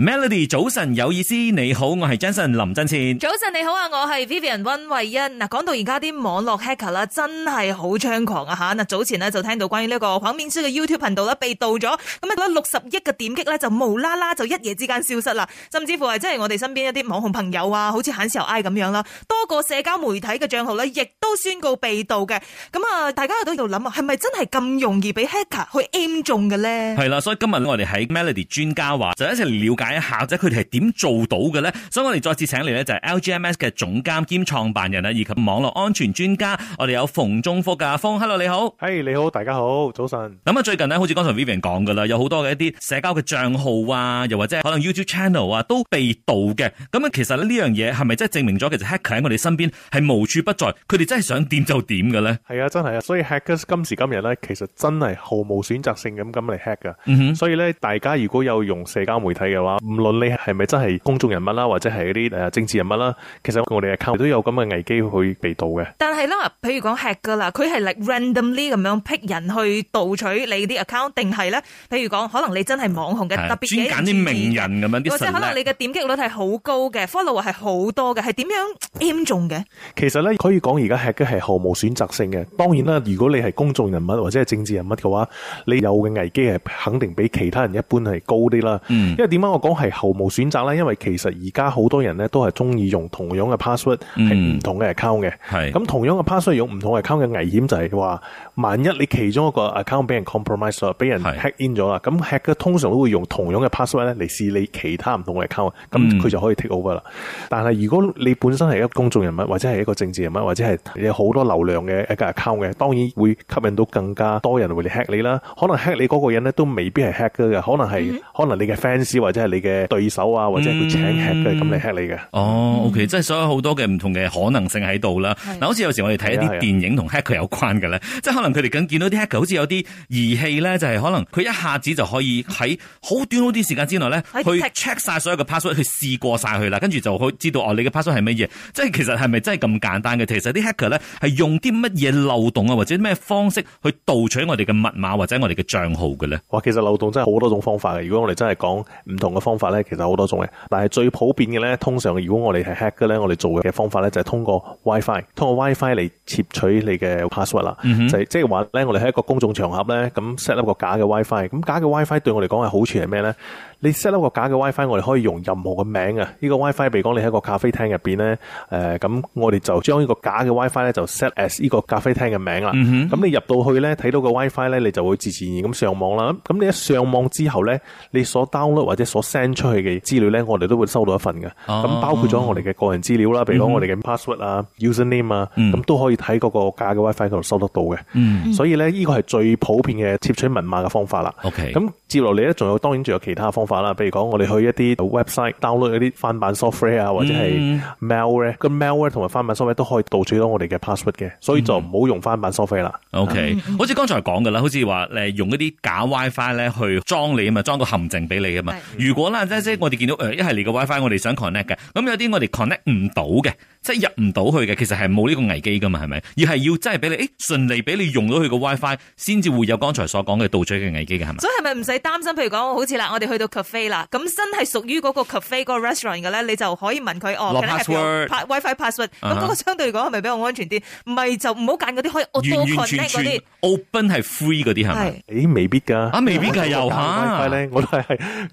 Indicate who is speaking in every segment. Speaker 1: Melody 早晨有意思，你好，我係 Jason 林振前。
Speaker 2: 早晨你好啊，我係 Vivian 溫慧欣。嗱，講到而家啲網絡 hacker 啦，真係好猖狂啊吓！嗱，早前呢就聽到關於呢個反面書嘅 YouTube 頻道啦被盜咗，咁啊六十億嘅點擊咧就無啦啦就一夜之間消失啦，甚至乎係即係我哋身邊一啲網紅朋友啊，好似肯時候 I 咁樣啦，多個社交媒體嘅帳號咧亦都宣告被盜嘅。咁啊，大家都喺度諗啊，係咪真係咁容易俾 hacker 去 aim 中嘅咧？
Speaker 1: 係啦，所以今日我哋喺 Melody 專家話就一齊了解一下，即係佢哋係點做到嘅咧。所以我哋再次請嚟咧就係 LGMS 嘅總監兼創辦人啊，以及網絡安全專家，我哋有馮中福噶，馮，hello 你好。
Speaker 3: 嘿你好，大家好，早晨。
Speaker 1: 咁啊，最近咧，好似剛才 Vivian 講噶啦，有好多嘅一啲社交嘅帳號啊，又或者可能 YouTube channel 啊，都被盜嘅。咁啊，其實呢樣嘢係咪真係證明咗其實 hacker 喺我哋身邊係無處不在？佢哋真係想點就點嘅咧？
Speaker 3: 係啊，真係啊，所以 hackers 今時今日咧，其實真係毫無選擇性咁咁嚟 hack 噶。
Speaker 1: 嗯哼，
Speaker 3: 所以咧，大家如果有用社交媒體嘅話，唔論你係咪真係公眾人物啦，或者係嗰啲誒政治人物啦，其實我哋 account 都有咁嘅危機去被盜嘅。
Speaker 2: 但係啦，譬如講 hack 噶啦，佢係 like randomly 咁樣 pick 人去盜取你啲 account，定係咧？譬如講，可能你真係網紅嘅，特別
Speaker 1: 專
Speaker 2: 嘅
Speaker 1: 揀啲名
Speaker 2: 人
Speaker 1: 人咁樣
Speaker 2: 注意，
Speaker 1: 啲
Speaker 2: 或者
Speaker 1: 神
Speaker 2: 可能
Speaker 1: 叻
Speaker 2: 你嘅點擊率係好高嘅，follower 係好多嘅，係點樣 aim 中嘅？
Speaker 3: 其實咧，可以講而家 hack 係毫無選擇性嘅。當然啦，如果你係公眾人物或者係政治人物嘅話，你有嘅危機係肯定比其他人一般係高啲啦。
Speaker 1: 嗯
Speaker 3: 因為點解我講係毫無選擇咧？因為其實而家好多人咧都係中意用同樣嘅 password
Speaker 1: 嗯
Speaker 3: 係唔同嘅 account 嘅。
Speaker 1: 係
Speaker 3: 咁同樣嘅 password 用唔同嘅 account 嘅危險就係話，萬一你其中一個 account 俾人 compromise 咗，俾人
Speaker 1: 係
Speaker 3: hack in 咗啦，咁 hack 嘅通常都會用同樣嘅 password 咧嚟試你其他唔同嘅 account，
Speaker 1: 嗯
Speaker 3: 咁佢就可以 take over 啦。但係如果你本身係一個公眾人物，或者係一個政治人物，或者係有好多流量嘅一個 account 嘅，當然會吸引到更加多人會嚟 hack 你啦。可能 hack 你嗰個人咧都未必係 hack 嘅，可能係、可能你嘅 fans 或者係你嘅對手啊，或者係佢請 hack 嘅咁嚟 hack 你嘅。
Speaker 1: 哦，OK，即係所有好多嘅唔同嘅可能性喺度啦。
Speaker 2: 嗯係
Speaker 1: 嗱，好似有時我哋睇一
Speaker 3: 係啊係
Speaker 1: 啲
Speaker 3: 啊
Speaker 1: 電影同 hacker 有關嘅咧， 即係可能佢哋咁見到啲 hacker 好似有啲儀器咧，就係可能佢一下子就可以喺好短好短時間之內咧，
Speaker 2: 可以
Speaker 1: 去
Speaker 2: detect
Speaker 1: check 晒所有嘅 password，去試過晒佢啦，跟住就可以知道哦，你嘅 password 係乜嘢。即係其實係咪真係咁簡單嘅？其實啲 hacker 咧係用啲乜嘢漏洞啊，或者咩方式去盜取我哋嘅密碼或者我哋嘅帳號嘅咧？
Speaker 3: 哇，其實漏洞真係好多種方法嘅。如果我哋真係講唔同嘅方法咧，其實好多種嘅。但係最普遍嘅咧，通常如果我哋係 hack 嘅咧，我哋做嘅方法咧就係通過 WiFi，通過 WiFi 嚟竊取你嘅 password 啦。就係即係話咧，我哋喺一個公眾場合咧，咁 set up 個假嘅 WiFi。咁假嘅 WiFi 對我嚟講係好處係咩咧？你 set up 個假嘅 WiFi，我哋可以用任何嘅名啊。呢個 WiFi，譬如講你喺個咖啡廳入邊咧，誒、咁我哋就將呢個假嘅 WiFi 咧就 set as 呢個咖啡廳嘅名啦。
Speaker 1: 嗯
Speaker 3: 咁、你入到去咧，睇到個 WiFi 咧，你就會自自然然咁上網啦。咁你一上網之後咧，你所 download 或者所 send 出去嘅資料咧，我哋都會收到一份嘅。咁、
Speaker 1: 哦
Speaker 3: 包括咗我哋嘅個人資料啦，譬如講我哋嘅 password 啊、username 啊，
Speaker 1: 嗯
Speaker 3: 咁、都可以睇嗰個假嘅 WiFi 嗰度收得到嘅。
Speaker 1: 嗯
Speaker 3: 所以咧，呢個係最普遍嘅竊取密碼嘅方法啦。
Speaker 1: ，OK，
Speaker 3: 咁接落嚟咧，仲有當然仲有其他方法啦，譬如講我哋去一啲 website download 一啲翻版 software
Speaker 1: 嗯
Speaker 3: 啊，或者係 malware，咁 malware 同埋翻版 software 都可以盜取到我哋嘅 password 嘅，所以就唔好用翻版 software 啦。
Speaker 2: 嗯
Speaker 1: OK，好似剛才講嘅啦，好似話誒用一啲假 WiFi 咧去裝你啊嘛，裝個陷阱俾你啊嘛。
Speaker 2: 係
Speaker 1: 如果啦，即係即係我哋見到誒一係你個 WiFi 我哋想 connect 嘅，咁有啲我哋 connect 唔到嘅，即係入唔到去嘅，其實係冇呢個危機噶嘛，係咪？而係要真係俾你誒順利俾你用到佢個 WiFi，先至會有剛才所講嘅盜取嘅危機嘅係咪？
Speaker 2: 所以係咪唔使擔心？譬如講，好似啦，我哋去到 cafe 啦，咁真係屬於嗰個 cafe 嗰個 restaurant 嘅咧，你就可以問佢哦
Speaker 1: 落
Speaker 2: can I have your
Speaker 1: password
Speaker 2: pa- WiFi password。咁
Speaker 1: 啊哈
Speaker 2: 嗰個相對嚟講係咪比較安全啲？唔係就唔好揀嗰啲可以 auto
Speaker 1: 完完全
Speaker 2: connect 嗰
Speaker 1: 全
Speaker 2: 啲，
Speaker 1: open 係 free 嗰啲係咪？
Speaker 2: 係
Speaker 3: 誒，未必㗎。
Speaker 1: 啊，未必㗎又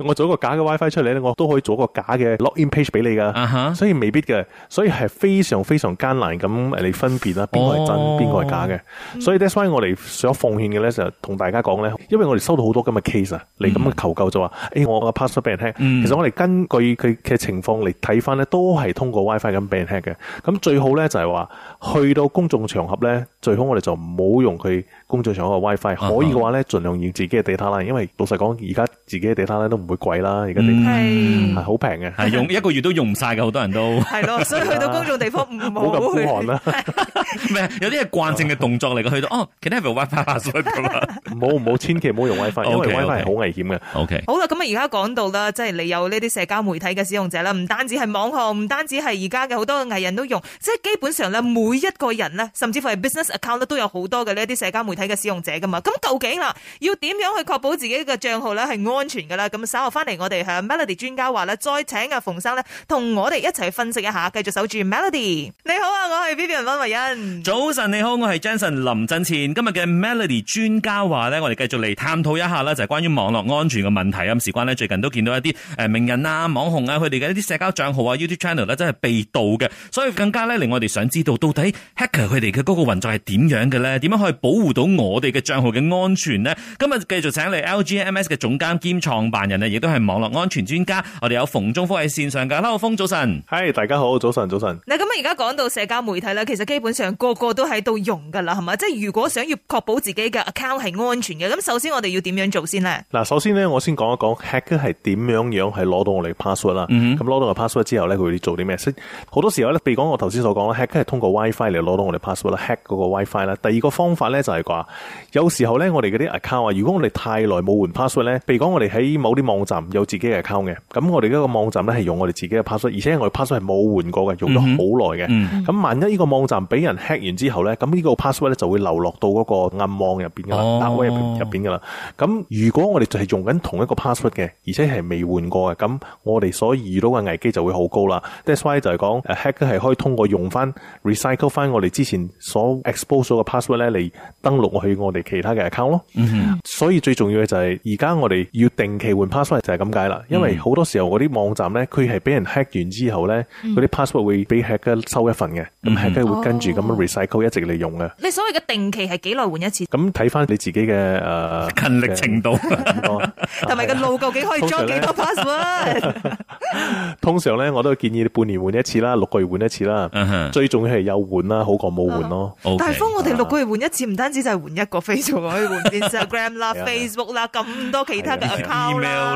Speaker 3: 我做個假嘅
Speaker 1: 嚇，
Speaker 3: WiFi 咧，我都係我做一個假嘅 WiFi 出嚟咧，我都可以做一個假嘅 login page 俾你
Speaker 1: 啊
Speaker 3: 㗎。
Speaker 1: 哈，
Speaker 3: 所以未必嘅，所以係非常非常艱難咁嚟分別啦，邊個係真，
Speaker 1: 哦
Speaker 3: 邊個係假嘅。所以 that's why 我哋想奉獻嘅咧，就同大家講咧，因為我哋收到好多咁嘅 case 啊，嚟咁嘅求救就話，誒、我個 password 俾人 hack、
Speaker 1: 嗯
Speaker 3: 其實我哋根據佢嘅情況嚟睇翻咧，都係通過 WiFi 咁俾人 hack 嘅。咁最好咧就係話，去到公眾場合咧，最好我哋就唔好用佢公眾場合嘅 WiFi，
Speaker 1: 哈
Speaker 3: 可以嘅話咧，盡量用自己嘅 data 啦，因為老實講，而家自己嘅 data 咧都唔會貴啦，而家 data
Speaker 2: 係
Speaker 3: 係好平 嘅。
Speaker 1: 係用一個月都用唔晒嘅，好多人都。
Speaker 2: 係咯，所以去到公眾地方唔
Speaker 3: 啊 唔好咁
Speaker 2: 好去
Speaker 3: 孤寒啦。
Speaker 1: 唔係有啲係慣性嘅動作嚟嘅，去到哦，can I have a WiFi password 咁 啊
Speaker 3: 唔好唔好，千祈唔好用 WiFi，因為
Speaker 1: OK，OK
Speaker 3: WiFi 係好危險嘅。
Speaker 1: ？OK，
Speaker 2: 好啦，咁啊，而家講到啦，即係你有呢啲社交媒體嘅使用者啦，唔單止係網紅，唔單止係而家嘅好多藝人都用，即係基本上咧，每一個人咧，甚至乎係 business account 咧，都有好多嘅呢一啲社交媒體嘅使用者噶嘛。咁究竟啦，要點樣去確保自己嘅帳號咧係安全噶啦？咁稍後翻嚟，我哋向 Melody 專家話咧，再請阿馮生咧同我哋一齊分析一下，繼續守住 Melody。你好啊，我係 Vivian 温慧欣。
Speaker 1: 早晨你好，我係 Jensen 林振前。今日嘅 Melody 專家話咧，我哋繼續嚟探討一下啦，就係關於網絡安全嘅問題啊。咁事關咧，最近都見到一啲誒名人啊、網紅啊，佢哋嘅一啲社交帳號啊、YouTube channel 咧，真係被盜嘅，所以更加咧令我哋想知道到底 hacker 佢哋嘅嗰個運作係點樣嘅咧？點樣可以保護到我哋嘅帳號嘅安全呢？今日繼續請嚟 LGMS 嘅總監兼創辦人啊，亦都係網絡安全專家，我哋有馮中科喺線上㗎。Hello，馮早晨。
Speaker 3: 係大家好，早晨早晨。
Speaker 2: 嗱，咁而家講到社交媒體咧，其實基本上個個都喺度用噶啦，係嘛？即係如果想要確保自己嘅 account 係安全嘅，咁首先我哋要點樣做先咧？
Speaker 3: 嗱，首先咧，我先講一講 hacker 係點樣樣係攞到我哋嘅 password 啦。咁攞到個 password 之後咧，佢會做啲咩？先好多時候咧，譬如講我頭先所講啦，hacker 係通過 WiFi 嚟攞到我哋 password 啦，hack 嗰個 WiFi 啦。第二個方法咧就係話，有時候咧我哋嗰啲 account 啊，如果我哋太耐冇換 password 咧，譬如講我哋喺某啲網站有自己嘅 account 嘅，咁我哋嗰個網站咧係用我哋自己嘅 password，而且我哋 password 係冇換過嘅，用咗好耐嘅。咁萬一呢個網站俾人 hack 完之後咧，咁呢個 password 咧就會流落到嗰個暗網入邊噶啦
Speaker 1: 哦
Speaker 3: dark web 入邊邊噶啦。咁如果我哋就係用緊同一個 password 嘅，而且係未換過嘅，咁我哋所遇到嘅危機就會好高啦。That's why 就係講誒 hacker 係可以通過用翻 recycle 翻我哋之前所 expose 咗嘅 password 咧嚟登錄去我哋其他嘅 account 咯。所以最重要嘅就係而家我哋要定期換 password 就係咁解啦。因為好多時候嗰啲網站咧，佢係俾人 hack 完之後咧，嗰啲 password 會俾 hacker 收一份嘅，咁 hacker 會跟住咁樣 recycle 一直嚟用嘅。
Speaker 2: 你所謂嘅定期係幾耐換一次，
Speaker 3: 咁睇翻你自己嘅呃誒
Speaker 1: 勤力程度，
Speaker 2: 同埋個路究竟可以
Speaker 3: 通常
Speaker 2: 裝
Speaker 3: 呢
Speaker 2: 幾多 password？
Speaker 3: 通常咧，我都建議你半年換一次啦，六個月換一次啦。
Speaker 1: 嗯哼
Speaker 3: 最重要係有換啦，好過冇換咯。
Speaker 1: OK
Speaker 2: 但係方我哋六個月換一次，唔單止就係換一個 Facebook，可以 換 Instagram 啦、
Speaker 3: 係啊
Speaker 2: Facebook 啦，咁多其他嘅 account
Speaker 1: email
Speaker 2: 啊啦，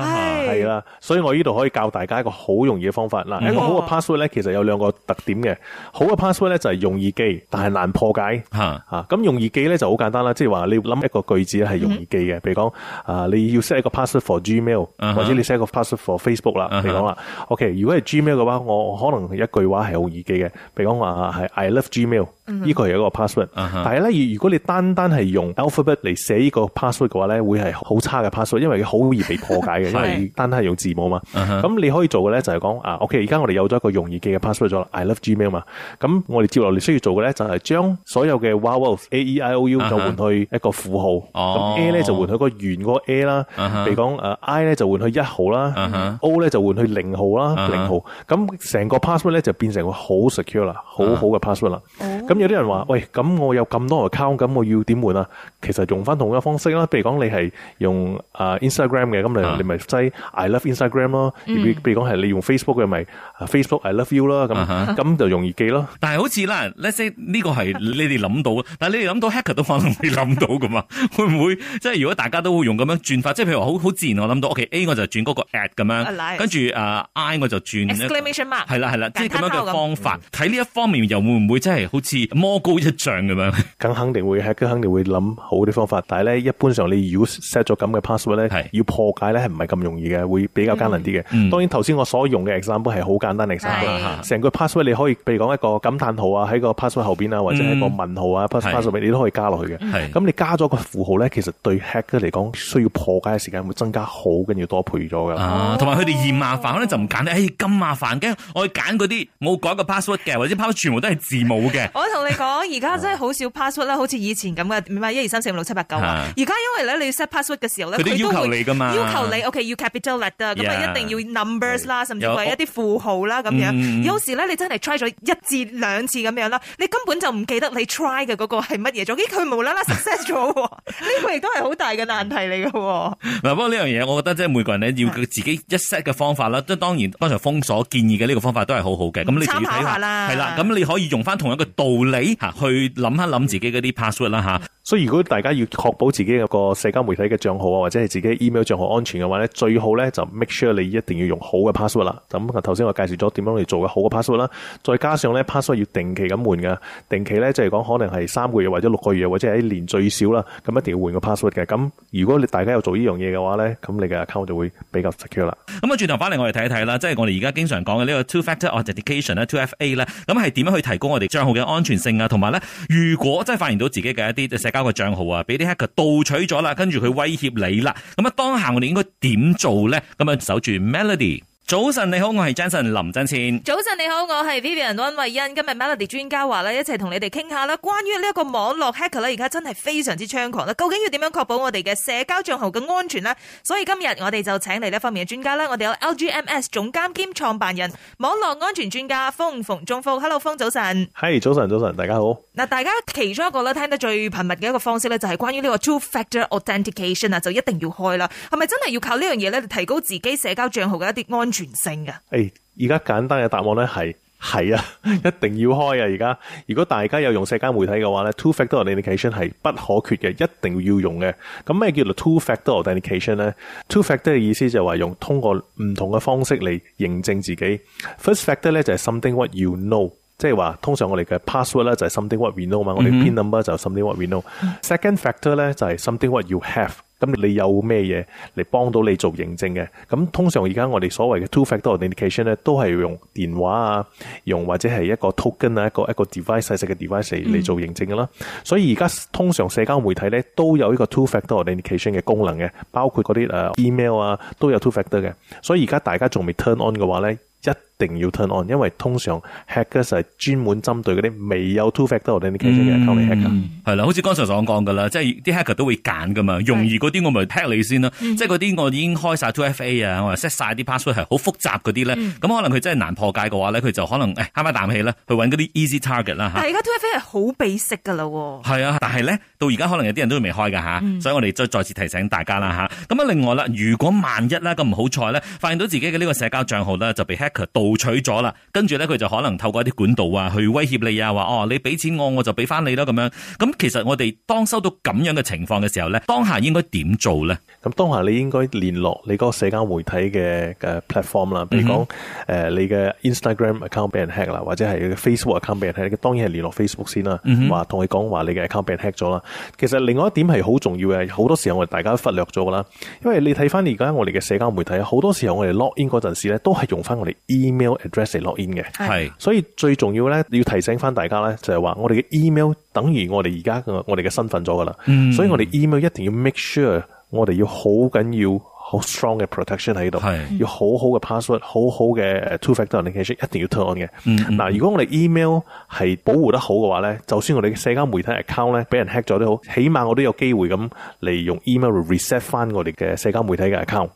Speaker 1: 啦，
Speaker 2: 唉
Speaker 3: 係啦，所以我呢度可以教大家一個好容易嘅方法。嗱，
Speaker 1: 嗯
Speaker 3: 一個好嘅 password 咧，其實有兩個特點嘅。好嘅 password 咧就係容易記，但係難破解。
Speaker 1: 吓
Speaker 3: 啊，咁容易記咧就好簡單啦，即係話你諗一個句子咧係容易記嘅，譬如講啊，你要 set 一個 password for Gmail，、
Speaker 1: 嗯哼
Speaker 3: 或者你 set 一個 password for Facebook 啦，
Speaker 1: 嗯哼
Speaker 3: 譬如講啦，OK，如果係 Gmail 嘅話，我可能一句話係好易記嘅，譬如講話係 I love Gmail，呢個係一個 password，、
Speaker 1: 嗯哼
Speaker 3: 但係咧，如如果你單單係用 alphabet 嚟寫呢個 password 嘅話咧，會係好差嘅 password，因為佢好易被破 解嘅，因為單單係用字母嘛。
Speaker 1: 嗯哼
Speaker 3: 咁、你可以做嘅咧就係講啊，OK，而家我哋有咗一個容易記嘅 password 咗啦，I love Gmail 嘛。咁我哋接落嚟需要做嘅咧就係將所有嘅 vowels A E I O U
Speaker 1: 啊哈
Speaker 3: 就換去一個符號，咁、
Speaker 1: 哦
Speaker 3: A 咧就換去個圓嗰個 A 啦，
Speaker 1: 啊哈
Speaker 3: 譬如講誒 I 咧就換去一號啦、
Speaker 1: 啊哈
Speaker 3: o 咧就換去零號
Speaker 1: 啊
Speaker 3: 啦，
Speaker 1: 哈
Speaker 3: 零號。咁成個 password 咧就變成個好 secure 啦，好好嘅 password 啦。咁、有啲人話：喂，咁我有咁多 account，咁我要點換啊？其實用翻同一個方式啦，譬如講你係用啊 Instagram 嘅，咁
Speaker 1: 啊
Speaker 3: 你你咪擠 I love Instagram 咯。譬如譬如講係你用 Facebook 嘅，咪啊 Facebook I love you 啦。
Speaker 1: 啊哈
Speaker 3: 咁咁就容易記咯。
Speaker 1: 但係好似啦，let's say 呢個係你哋諗到， 但係你哋諗到 hacker 都可能未諗到噶嘛？ 會唔會即係如果大家都會用咁樣轉法，即係譬如話好好自然，我諗到，OK，A 我就轉嗰個 at 咁
Speaker 2: 啊嚟
Speaker 1: 樣，跟住誒 I 我就轉一個。
Speaker 2: exclamation mark
Speaker 1: 係啦係啦，即係咁樣
Speaker 2: 簡單
Speaker 1: 嘅
Speaker 2: 包
Speaker 1: 方法，睇呢一方面又會唔會真係好似魔高一丈咁樣？
Speaker 3: 咁肯定會 hack，肯定會諗好啲方法。但係咧，一般上你如果 set 咗咁嘅
Speaker 1: 係
Speaker 3: password 咧，要破解咧係唔係咁容易嘅，會比較艱難啲嘅。
Speaker 1: 嗯啊
Speaker 3: 當然頭先我所用嘅 example 係好簡單嘅 example，
Speaker 2: 係
Speaker 3: 成個 password 你可以譬如講一個感嘆號啊，喺個 password 後邊啊，或者喺個問號啊
Speaker 1: 嗯係嗯
Speaker 3: ，password 後邊你都可以加落去
Speaker 2: 嗯
Speaker 1: 係
Speaker 3: 嘅。咁你加咗個符號咧，其實對 hacker 嚟講，需要破解嘅時間會增加好緊要多倍咗㗎啦。
Speaker 2: 哦
Speaker 1: 啊，同埋佢哋嫌麻煩，可能就唔揀，誒咁麻煩嘅，我揀嗰啲冇改過 password 嘅，或者 password 全部都係字母 嘅。
Speaker 2: 我同你講，而家真係好少 password 啦，好似以前咁嘅，唔係一二三四五六七八九啊
Speaker 1: 啊。
Speaker 2: 而家因為咧，你要 set password 嘅時候咧，
Speaker 1: 佢都要
Speaker 2: 會
Speaker 1: 求你㗎嘛
Speaker 2: 要求你 OK 要 capital letter，咁啊
Speaker 1: Yeah
Speaker 2: 一定要 numbers 啦，甚至
Speaker 1: 有
Speaker 2: 乎係一啲符號啦咁樣。
Speaker 1: 嗯
Speaker 2: 有時咧，你真係 try 咗一至兩次咁樣啦，你根本就唔記得你 try 嘅嗰個係乜嘢咗，咦佢無啦啦 success 咗喎，呢個亦都係好大嘅難題嚟嘅喎。
Speaker 1: 嗱，不過呢樣嘢，我覺得即係每個人咧要
Speaker 2: 嗯
Speaker 1: 佢自己一 set 嘅方法啦。即係當然，剛才封鎖建議嘅呢個方法都係好好嘅。咁你就要
Speaker 2: 嗯參考
Speaker 1: 睇
Speaker 2: 下
Speaker 1: 下
Speaker 2: 啦嗯
Speaker 1: 係啦。咁你可以用翻同一個道理嚇去諗一諗自己嗰啲 password 啦嚇。
Speaker 3: 所以如果大家要確保自己有個社交媒體嘅帳號啊，或者係自己 email 帳號安全嘅話咧，最好咧就 make sure 你一定要用好嘅 password 啦。咁頭先我介紹咗點樣去做嘅好嘅 password 啦，再加上咧 password 要定期咁換嘅，定期咧即係講可能係三個月或者六個月或者係一年最少啦，咁一定要換個 password 嘅。咁如果你大家有做呢樣嘢嘅話咧，咁你嘅 account 就會比較 secure 啦。
Speaker 1: 咁啊，轉頭翻嚟我哋睇一睇啦，即係我哋而家經常講嘅呢個 two factor authentication 咧，two FA 咧，咁係點樣去提高我哋帳號嘅安全性啊？同埋咧，如果真係發現到自己嘅一啲社交嘅帳號啊，俾啲 hacker 盜取咗啦，跟住佢威脅你啦，咁啊，當下我哋應該點做咧？咁啊，守住 Melody。早晨，你好，我係 Jason 林振倩。
Speaker 2: 早晨你好，我係 Vivian 温慧欣。今日 Melody 專家話咧，一齊同你哋傾下啦，關於呢一個網絡 hacker 咧，而家真係非常之猖狂啦。究竟要點樣確保我哋嘅社交帳號嘅安全呢？所以今日我哋就請嚟呢方面嘅專家啦。我哋有 LGMS 總監兼創辦人、網絡安全專家封馮中福。Hello，封早晨。
Speaker 3: 係早晨，早晨，大家好。
Speaker 2: 嗱，大家其中一個咧聽得最頻密嘅一個方式咧，就係關於呢個 two factor authentication 啊，就一定要開啦。係咪真係要靠呢樣嘢咧，提高自己社交帳號嘅一啲安全性啊㗎？
Speaker 3: 誒，哎而家簡單嘅答案咧係係啊，一定要開啊！而家如果大家有用社交媒體嘅話咧，two-factor authentication 係不可缺嘅，一定要用嘅。咁咩叫做 two-factor authentication 咧？two-factor 嘅意思就係話用通過唔同嘅方式嚟認證自己。first factor 咧就係 something what you know。即係話，通常我哋嘅 password 咧就係 something what we know 嘛，我哋 pin number 就係 something what we know。Second factor 咧就係 something what you have。咁你有咩嘢嚟幫到你做認證嘅？咁通常而家我哋所謂嘅 two factor authentication 咧，都係用電話啊，用或者係一個 token 啊，一個一個 device 細細嘅 device 嚟嚟做認證噶啦。所以而家通常社交媒體咧都有呢個 two factor authentication 嘅功能嘅，包括嗰啲誒 email 啊都有 two factor 嘅。所以而家大家仲未 turn on 嘅話咧。一定要 turn on，因為通常 hackers 係專門針對嗰啲未有 two factor authentication 嘅 account 嚟 hack 噶。
Speaker 1: 係啦，好似剛才所講噶啦，即係啲 hacker 都會揀噶嘛，容易嗰啲我咪 hack 你先啦，即係嗰啲我已經開晒 2FA 啊，我又 set 晒啲 password 係好複雜嗰啲咧，咁可能佢真係難破解嘅話咧，佢就可能誒慳翻啖氣啦，去揾嗰啲 easy target 啦嚇。
Speaker 2: 但係而家 2FA 係好秘式㗎啦喎。
Speaker 1: 係啊，但係咧到而家可能有啲人都未開㗎嚇，所以我哋再再次提醒大家啦嚇。咁啊，另外啦，如果萬一啦咁唔好彩咧，發現到自己嘅呢個社交帳號咧就被 hacker 盜取咗啦，跟住咧佢就可能透過一啲管道啊去威脅你啊，話哦你俾錢我我就俾翻你啦咁樣。咁其實我哋當收到咁樣嘅情況嘅時候咧，當下應該點做咧？
Speaker 3: 咁當下你應該聯絡你嗰個社交媒體嘅嘅 platform 啦，譬如講誒、呃你嘅 Instagram account 俾人 hack 啦，或者係你嘅 Facebook account 俾人 hack，當然係聯絡 Facebook 先啦，話同佢講話你嘅 account 俾人 hack 咗啦。其實另外一點係好重要嘅，好多時候我哋大家都忽略咗㗎啦，因為你睇翻而家我哋嘅社交媒體，好多時候我哋 log in 嗰陣時咧，都係用翻我哋 email address 嚟 log in 嘅。
Speaker 1: 係
Speaker 3: 所以最重要咧，要提醒翻大家咧，就係話我哋嘅 email 等於我哋而家嘅我哋嘅身份咗噶啦，所以我哋 email 一定要 make sure 我哋要好緊要好 strong 嘅 protection 喺度
Speaker 1: 係，
Speaker 3: 要好好嘅 password，好好嘅 two factor authentication 一定要 turn on 嘅。嗱、如果我哋 email 係保護得好嘅話咧，就算我哋嘅社交媒體 account 咧俾人 hack 咗都好，起碼我都有機會咁嚟用 email reset 翻我哋嘅社交媒體嘅 account、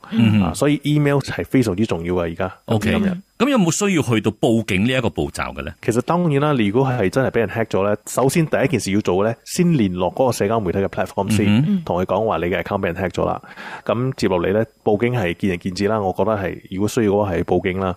Speaker 3: 啊，所以 email 係非常之重要嘅啊而家。
Speaker 1: O K，
Speaker 3: 今日
Speaker 1: 咁有冇需要去到報警呢一個步驟嘅咧？
Speaker 3: 其實當然啦，你如果係真係俾人 hack 咗咧，首先第一件事要做嘅咧，先聯絡嗰個社交媒體嘅 platform
Speaker 1: 嗯
Speaker 3: 先，同佢講話你嘅 account 俾人 hack 咗啦。咁接落嚟咧，報警係見仁見智啦。我覺得係如果需要嘅話係報警啦。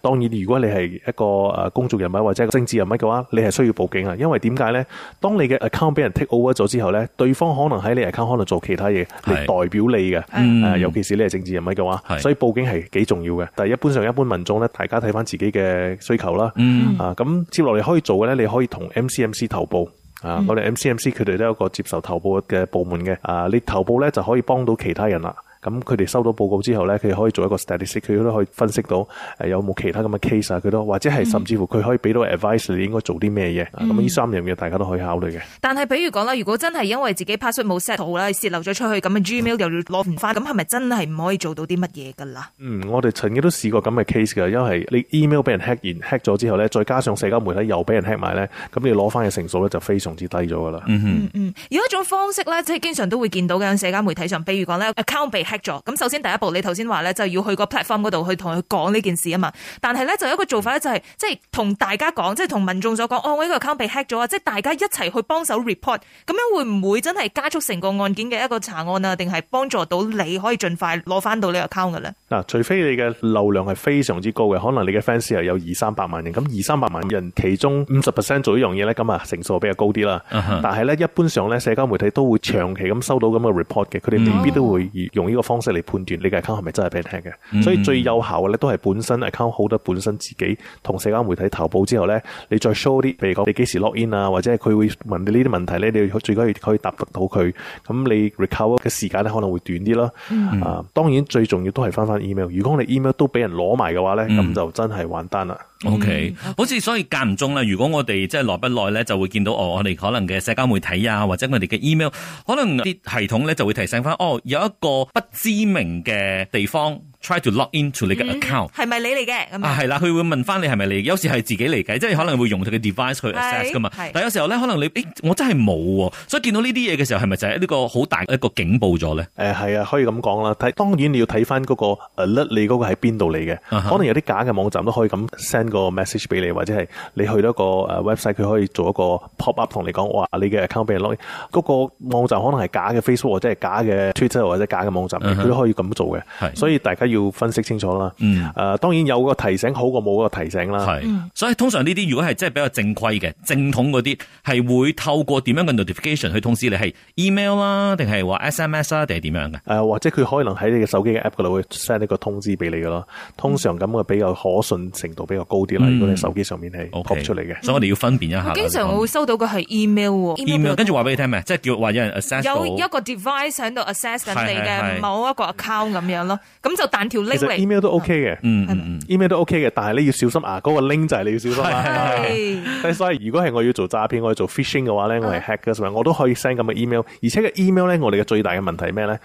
Speaker 3: 當然，如果你係一個誒公眾人物或者一個政治人物嘅話，你係需要報警啊。因為點解咧？當你嘅 account 俾人 take over 咗之後咧，對方可能喺你 account 可能做其他嘢嚟代
Speaker 1: 係
Speaker 3: 表你嘅。
Speaker 1: 嗯
Speaker 3: 誒，呃尤其是你係政治人物嘅話，
Speaker 1: 係
Speaker 3: 所以報警係幾重要嘅。但係一般上一般民眾咧，大家睇翻自己嘅需求啦。
Speaker 1: 嗯
Speaker 3: 啊，咁接落嚟可以做嘅咧，你可以同 MCMC 投報。啊！
Speaker 1: 嗯
Speaker 3: 我哋 MCMC 佢哋都有個接受投報嘅部門嘅，啊，你投報咧就可以幫到其他人啦。咁佢哋收到報告之後咧，佢哋可以做一個 statistic，佢都可以分析到誒有冇其他咁嘅 case 啊，佢都或者
Speaker 1: 嗯
Speaker 3: 係甚至乎佢可以俾到 advice 你應該做啲咩嘢。啊咁呢三樣嘢大家都可以考慮嘅。
Speaker 2: 但係，比如講啦，如果真係因為自己 password 冇 set 好啦，泄漏咗出去，咁啊 Gmail 又要攞唔翻，咁係咪真係唔可以做到啲乜嘢㗎啦？
Speaker 3: 嗯，我哋曾經都試過咁嘅 case 㗎，因為你 email 俾人 hack 完 hack 咗之後咧，再加上社交媒體又俾人 hack 埋咧，咁你攞翻嘅成數咧就非常之低咗噶啦。
Speaker 1: 嗯哼。
Speaker 2: 嗯，有一種方式咧，即係經常都會見到嘅喺社交媒體上，比如講咧 account 被 hack 咗。咁首先第一步，你頭先話咧就要去個 platform 嗰度去同佢講呢件事啊嘛。但係咧就有一個做法咧就係即係同大家講，即係同民眾所講，哦，我呢個 account 被 hack 咗啊，即係大家一齊去幫手 report，咁樣會唔會真係加速成個案件嘅一個查案啊？定係幫助到你可以盡快攞翻到呢個 account 嘅咧？
Speaker 3: 嗱，除非你嘅流量係非常之高嘅，可能你嘅 fans 係有二三百萬人，咁二三百萬人其中五十 percent 做呢樣嘢咧，咁啊成數比較高啲啦。
Speaker 1: 啊哈
Speaker 3: 但係咧，一般上咧，社交媒體都會長期咁收到咁嘅 report 嘅，佢哋未必都會用呢個方式嚟判斷你嘅 account 係咪真係俾人 hack 嘅。所以最有效嘅咧，都係本身 account holder 本身自己同社交媒體投保之後咧，你再 show 啲，譬如講你幾時 log in 啊，或者係佢會問你呢啲問題咧，你要最緊要可以答得到佢。咁你 recover 嘅時間咧可能會短啲啦。啊，當然最重要都係翻翻 email。如果你 email 都俾人攞埋嘅話咧，咁就真係玩單啦。
Speaker 2: 嗯
Speaker 1: O K，好似所以間唔中啦，如果我哋即係耐不耐咧，就會見到哦，我哋可能嘅社交媒體啊，或者我哋嘅 email，可能啲系統咧就會提醒翻，哦，有一個不知名嘅地方 try to log in to 你
Speaker 2: 嗯
Speaker 1: 嘅 account。
Speaker 2: 係咪你嚟嘅？咁
Speaker 1: 啊，
Speaker 2: 樣
Speaker 1: 係啦，佢會問翻你係咪你，有時係自己嚟嘅，即係可能會用佢嘅 device 去
Speaker 2: 係
Speaker 1: access 噶嘛
Speaker 2: 係。
Speaker 1: 但有時候咧，可能你，誒，我真係冇喎，所以見到呢啲嘢嘅時候，係咪就係呢個好大一個警報咗咧？
Speaker 3: 誒係啊，可以咁講啦。睇當然你要睇翻嗰個 alert 你嗰個喺邊度嚟嘅
Speaker 1: 啊哈
Speaker 3: 可能有啲假嘅網站都可以咁 send 個 message 俾你，或者係你去到一個誒 website，佢可以做一個 pop up 同你講，哇，你嘅 account 俾人 login。嗰個網站可能係假嘅 Facebook 或者係假嘅 Twitter 或者假嘅網站，
Speaker 1: 嗯哼
Speaker 3: 佢都可以咁做
Speaker 1: 係
Speaker 3: 嘅。所以大家要分析清楚啦。
Speaker 1: 嗯
Speaker 3: 誒、當然有個提醒好過冇個提醒
Speaker 2: 嗯
Speaker 3: 啦。
Speaker 1: 係，所以通常呢啲如果係真係比較正規嘅正統嗰啲，係會透過點樣嘅 notification 去通知你係 email 啦，定係話 SMS 啊啦，定係點樣嘅？
Speaker 3: 誒、或者佢可能喺你嘅手機嘅 app 嗰度會 send 一個通知俾你嘅咯。通常咁嘅比較可信程度比較高啲啦。
Speaker 1: 嗯
Speaker 3: 如果你手機上面係
Speaker 1: OK
Speaker 3: pop 出嚟嘅。
Speaker 1: 所以我哋要分辨一下啦。
Speaker 2: 我經常我會收到佢係 email 喎
Speaker 1: email，跟住話俾你聽咩？即係叫話有人 access
Speaker 2: 有
Speaker 1: 到
Speaker 2: 一個 device 喺度 assess 緊你
Speaker 1: 係係係
Speaker 2: 嘅某一個 account 咁樣咯，咁就彈條
Speaker 3: 其
Speaker 2: link
Speaker 3: 實
Speaker 2: 嚟。
Speaker 3: email 都 OK 嘅。
Speaker 1: 嗯嗯嗯。
Speaker 3: email 都 OK 嘅，但係你要小心啊！嗰、個 link 就係你要小心啦。
Speaker 2: 係
Speaker 3: 咁所以如果係我要做詐騙，我要做 phishing 嘅話咧，我
Speaker 1: 啊
Speaker 3: 係 hack 嘅時候，我都可以 send 咁嘅 email。而且嘅 email 咧，我哋嘅最大嘅問題係咩咧？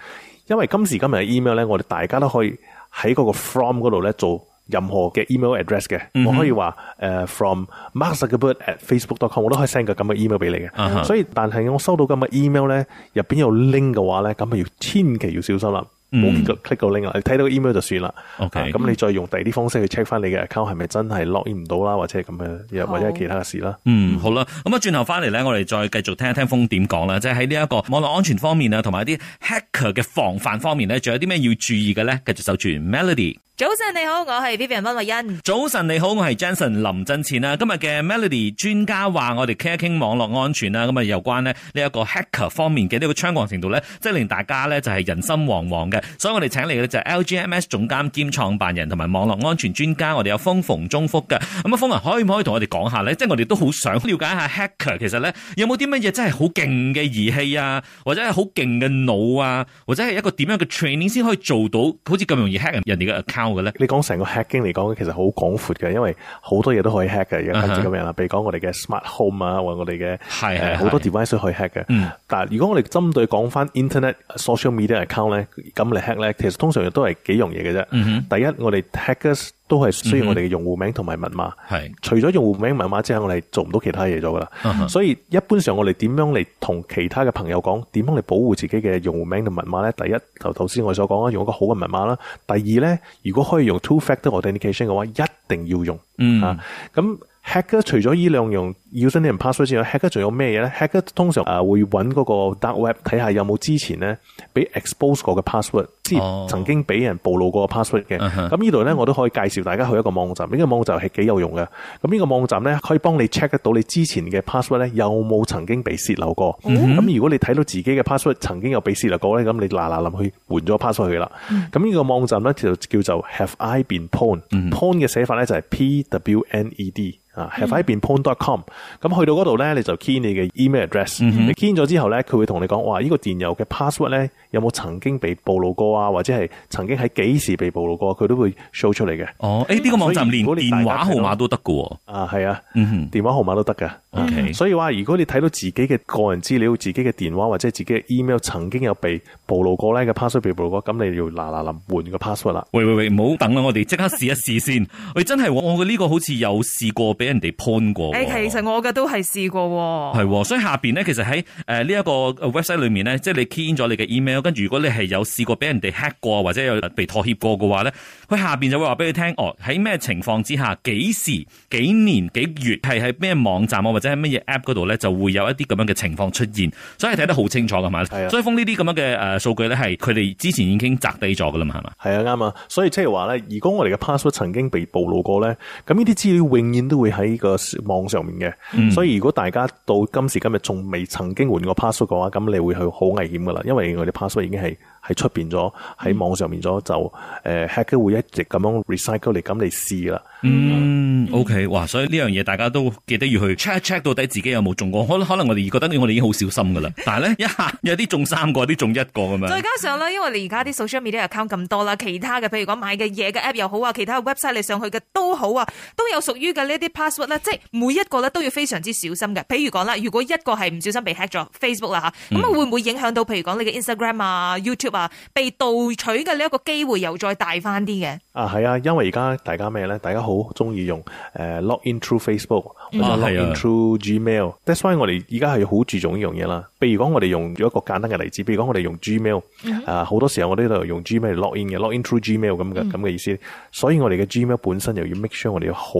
Speaker 3: 因為今時今日嘅 email 咧，我哋大家都可以喺嗰個 from 嗰度咧做任何嘅 email address 嘅。
Speaker 1: 嗯
Speaker 3: 我可以話誒、呃 from mark zuckerberg at facebook dot com，我都可以 send 個咁嘅 email 俾你嘅。
Speaker 1: 啊哈
Speaker 3: 所以但係我收到咁嘅 email 咧，入邊有 link 嘅話咧，咁啊要千祈要小心啦。冇 click 個 link 啦，你睇到個 email 就算啦。
Speaker 1: 嗯 OK
Speaker 3: 啊咁你再用第二啲方式去 check 翻你嘅 account 係咪真係 login 唔到啦，或者係咁嘅，又
Speaker 2: 好
Speaker 3: 或者係其他嘅事啦。
Speaker 1: 嗯，好啦，咁啊，轉頭翻嚟咧，我哋再繼續聽一聽風點講啦，即係喺呢一個網絡安全方面啊，同埋一啲 hacker 嘅防範方面咧，仲有啲咩要注意嘅咧？繼續守住 Melody。
Speaker 2: 早晨你好，我係 Vivian 温慧欣。
Speaker 1: 早晨你好，啊我係 Jensen 林振前啊啦。今日嘅 Melody 專家話，我哋傾一傾網絡安全啦。咁啊，有關咧呢一個 hacker 方面嘅呢個猖狂程度咧，即係令大家咧就係人心惶惶嘅。所以我哋請嚟嘅咧就係 LGMS 總監兼創辦人同埋網絡安全專家，我哋有封馮中福嘅。咁啊，封文可唔可以同我哋講下咧？即係我哋都好想了解下 hacker 其實咧有冇啲乜嘢真係好勁嘅儀器啊，或者係好勁嘅腦啊，或者係一個點樣嘅 training 先可以做到好似咁容易 hack 人人哋嘅 account 嘅咧？
Speaker 3: 你講成個 hacking 嚟講，其實好廣闊嘅，因為好多嘢都可以 hack 嘅。而家今時今日啦，譬如講我哋嘅 smart home 啊，或者我哋嘅
Speaker 1: 嗯係係
Speaker 3: 誒好多
Speaker 1: 係
Speaker 3: device 都可以 hack
Speaker 1: 嗯
Speaker 3: 嘅。但係如果我哋針對講翻 internet social media account 咧，咁嚟 hack 咧，其實通常都係幾樣嘢嘅啫。
Speaker 1: 嗯
Speaker 3: 第一，我哋 hackers 都係需要我哋嘅用戶名同埋密碼。
Speaker 1: 係
Speaker 3: 除咗用戶名密碼之後，我哋做唔到其他嘢咗噶啦。所以一般上我哋點樣嚟同其他嘅朋友講，點樣嚟保護自己嘅用戶名同密碼咧？第一，頭頭先我所講啦，用一個好嘅密碼啦。第二咧，如果可以用 two-factor authentication 嘅話，一定要用。
Speaker 1: 嗯
Speaker 3: 啊，咁 hacker 除咗呢兩樣 username 同 password 之外，hacker 仲有咩嘢咧？hacker 通常啊會揾嗰個 dark web 睇下有冇之前咧俾 expose 過嘅 password，即
Speaker 1: 哦
Speaker 3: 係曾經俾人暴露過嘅 password 嘅。
Speaker 1: 嗯哼
Speaker 3: 咁呢度咧，我都可以介紹大家去一個網站，呢、個網站係幾有用嘅。咁呢個網站咧，可以幫你 check 得到你之前嘅 password 咧有冇曾經被泄漏過。咁、如果你睇到自己嘅 password 曾經有被泄漏過咧，咁你嗱嗱臨去換咗 password 佢啦。
Speaker 1: 嗯
Speaker 3: 咁呢、個網站咧就叫做 Have I Been Pwned？Pwned
Speaker 1: 嗯
Speaker 3: 嘅寫法咧就係 P W N E D。啊，have I been pwned dot com？咁去到嗰度咧，你就 key 你嘅 email address，、你
Speaker 1: 嗯
Speaker 3: key 咗之後咧，佢會同你講，哇，呢、個電郵嘅 password 咧有冇曾經被暴露過啊，或者係曾經喺幾時被暴露過，佢都會 show 出嚟嘅。
Speaker 1: 哦，誒呢個網站連
Speaker 3: 所以如果你大
Speaker 1: 電話
Speaker 3: 家
Speaker 1: 號
Speaker 3: 睇到嗯
Speaker 1: 碼都得㗎喎。
Speaker 3: 啊，係啊，
Speaker 1: 嗯哼
Speaker 3: 電話號碼都得噶。
Speaker 1: OK，
Speaker 3: 所以話，如果你睇到自己嘅個人資料、自己嘅電話或者自己嘅 email 曾經有被暴露過呢嘅 password 被暴露過，咁你要嗱嗱臨換個 password 啦。
Speaker 1: 喂喂喂，唔好等啦，我哋即刻試一試先。喂，真係喎我嘅呢個好似有試過俾人哋 pon 過喎。
Speaker 2: 诶、其實我嘅都係試過
Speaker 3: 哦
Speaker 2: 喎。
Speaker 1: 係喎，所以下邊咧，其實喺誒呢一個呃 website 裏面咧，即係你 key in 咗你嘅 email，跟住如果你係有試過俾人哋 hack 過或者有被妥協過嘅話咧，佢下邊就會話俾你聽，哦喺咩情況之下，幾時、幾年、幾月係喺咩網站啊，或者喺乜嘢 app 嗰度咧，就會有一啲咁樣嘅情況出現，所以係睇得好清楚㗎嘛。
Speaker 3: 係啊
Speaker 1: 所以封呢啲咁樣嘅誒數據咧，係佢哋之前已經擲低咗㗎啦嘛，係嘛？
Speaker 3: 係啊，啱啊，所以即係話咧，如果我哋嘅 password 曾經被暴露過咧，咁呢啲資料永遠都會喺個網上面嘅。所以如果大家到今時今日仲未曾經換過 password 嘅話，咁你會去好危險噶啦，因為我哋 password 已經係喺出邊咗，喺網上面咗，就誒、呃 hacker 會一直咁樣 recycle 嚟咁嚟試啦。
Speaker 1: 嗯，OK，哇！所以呢樣嘢大家都記得要去 check 一 check 到底自己有冇中過。可能可能我哋覺得我哋已經好小心噶 啦，但係 咧一下有啲中三個，有啲中一個咁
Speaker 2: 再
Speaker 1: 樣。
Speaker 2: 加上咧，因為你而家啲 social media account 咁多啦，其他嘅譬如講買嘅嘢嘅 app 又好啊，其他嘅 website 你上去嘅都好啊，都有屬於嘅呢啲 password 咧，即係每一個咧都要非常之小心嘅。譬如講啦，如果一個係唔小心被 hack 咗 Facebook 啦吓，咁啊會唔會影響到譬如講你嘅 Instagram 啊、YouTube 啊被盜取嘅呢一個機會又再大翻啲嘅？
Speaker 3: 啊，係啊，因為而家大家咩咧？大家好中意用誒、呃 log in through Facebook 或者
Speaker 1: 啊係
Speaker 3: log
Speaker 1: 啊
Speaker 3: in through Gmail。That's why 我哋而家係好注重呢樣嘢啦。譬如講，我哋用咗一個簡單嘅例子，譬如講我哋用 Gmail，啊好多時候我哋都係用 Gmail 嚟 log in 嘅，log in through Gmail 咁嘅咁嘅意思。所以我哋嘅 Gmail 本身又要 make sure 我哋有好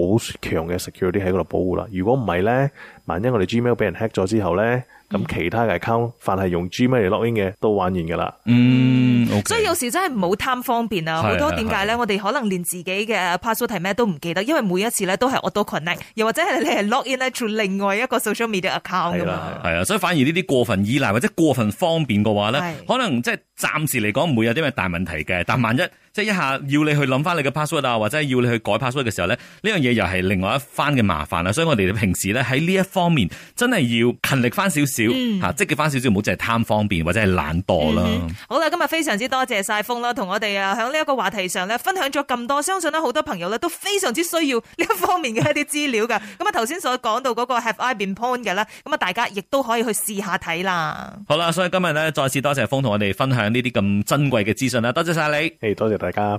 Speaker 3: 強嘅 security 喺嗰度保護啦。如果唔係咧，萬一我哋 Gmail 俾人 hack 咗之後咧，咁其他嘅 account 凡係用 Gmail 嚟 log in 嘅都玩完㗎啦。
Speaker 1: 嗯，OK，
Speaker 2: 所以有時真係唔好貪方便啊！
Speaker 1: 係
Speaker 2: 好多
Speaker 1: 係
Speaker 2: 點解咧？我哋可能連自己嘅呃 password 係咩都唔記得，因為每一次咧都係 auto connect，又或者係你係 log in 咧 through 另外一個 social media account
Speaker 3: 係
Speaker 2: 噶
Speaker 3: 啦
Speaker 2: 嘛
Speaker 3: 係。
Speaker 1: 係啊，所以反而呢啲過分依賴或者過分方便嘅話咧
Speaker 2: 係，
Speaker 1: 可能即係暫時嚟講唔會有啲咩大問題嘅。但萬一即係一下要你去諗翻你嘅 password 啊，或者要你去改 password 嘅時候咧，呢樣嘢又係另外一番嘅麻煩啦。所以我哋平時咧喺呢一方面真係要勤力翻少少嚇，積極翻少少，唔好淨係貪方便或者係懶惰啦。
Speaker 2: 嗯嗯哼好啦，今日非常之多謝晒峰啦，同我哋啊喺呢一個話題上咧分享咗咁多，相信咧好多朋友咧都非常之需要呢一方面嘅一啲資料噶。咁啊頭先所講到嗰個 Have I Been Pwned 嘅咧，咁啊大家亦都可以去試下睇啦。
Speaker 1: 好啦，所以今日咧再次多謝峰同我哋分享呢啲咁珍貴嘅資訊啦，多謝晒你。
Speaker 3: 誒，多謝大家。